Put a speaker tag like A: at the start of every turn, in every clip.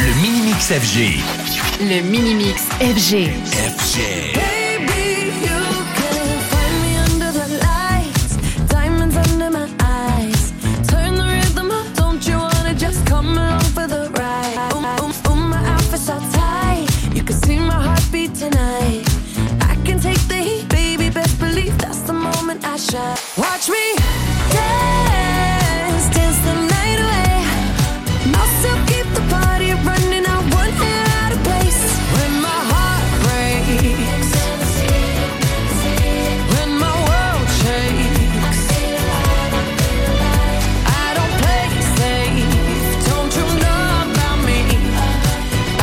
A: Mix FG.
B: Le mini-mix FG.
A: FG.
C: Baby, you can find me under the lights, diamonds under my eyes. Turn the rhythm up, don't you wanna just come along for the ride? Um, um, um, my outfit's all tight, you can see my heartbeat tonight. I can take the heat, baby, best believe that's the moment I shine. Watch me dance, dance the night away. Myself keep the party running, I want it out of place. When my heart breaks. When my world shakes, I don't play safe. Don't you know about me? I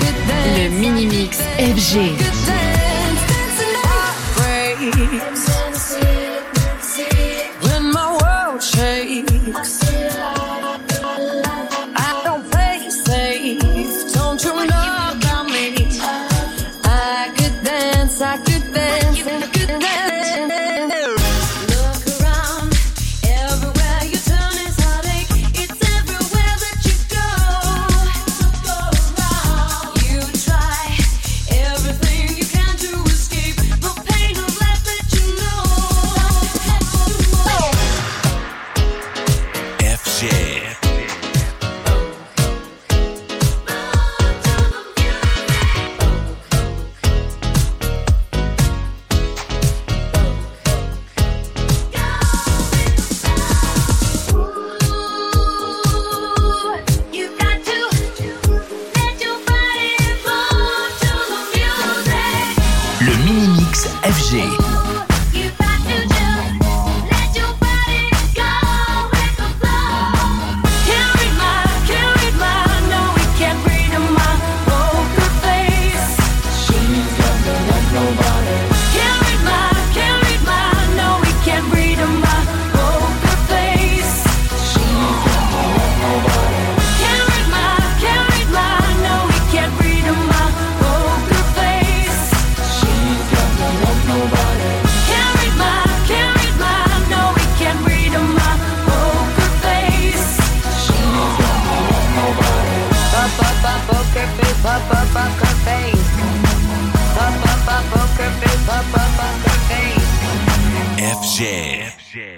C: could
B: Le
C: dance,
B: mini-mix FG.
C: could dance, dance and heartbreaks. When my world shakes, I don't play safe. Don't you know about me? I could dance, I could dance, I could dance. Look around, everywhere you turn is heartache. It's everywhere that you go. So go around. You try everything you can to escape the pain of life that you know.
A: FG.
C: You got to let your body move to the music.
A: Le mini-mix FG.
C: You got to just let your body go with the flow. Can't read my, can't read my, no, we can't read my poker face. She's nothing like nobody. Can't read my, can't read my, no, we can't read my poker face. She's nothing like nobody. Can't read my, can't read my, no, we can't read my poker face. She's nothing like nobody. Can't read my, can't read my, no, we can't read my poker face. She's nothing like nobody.
D: Poker face, pop up poker face. Pop up poker face, pop up poker face.
A: FG. FG.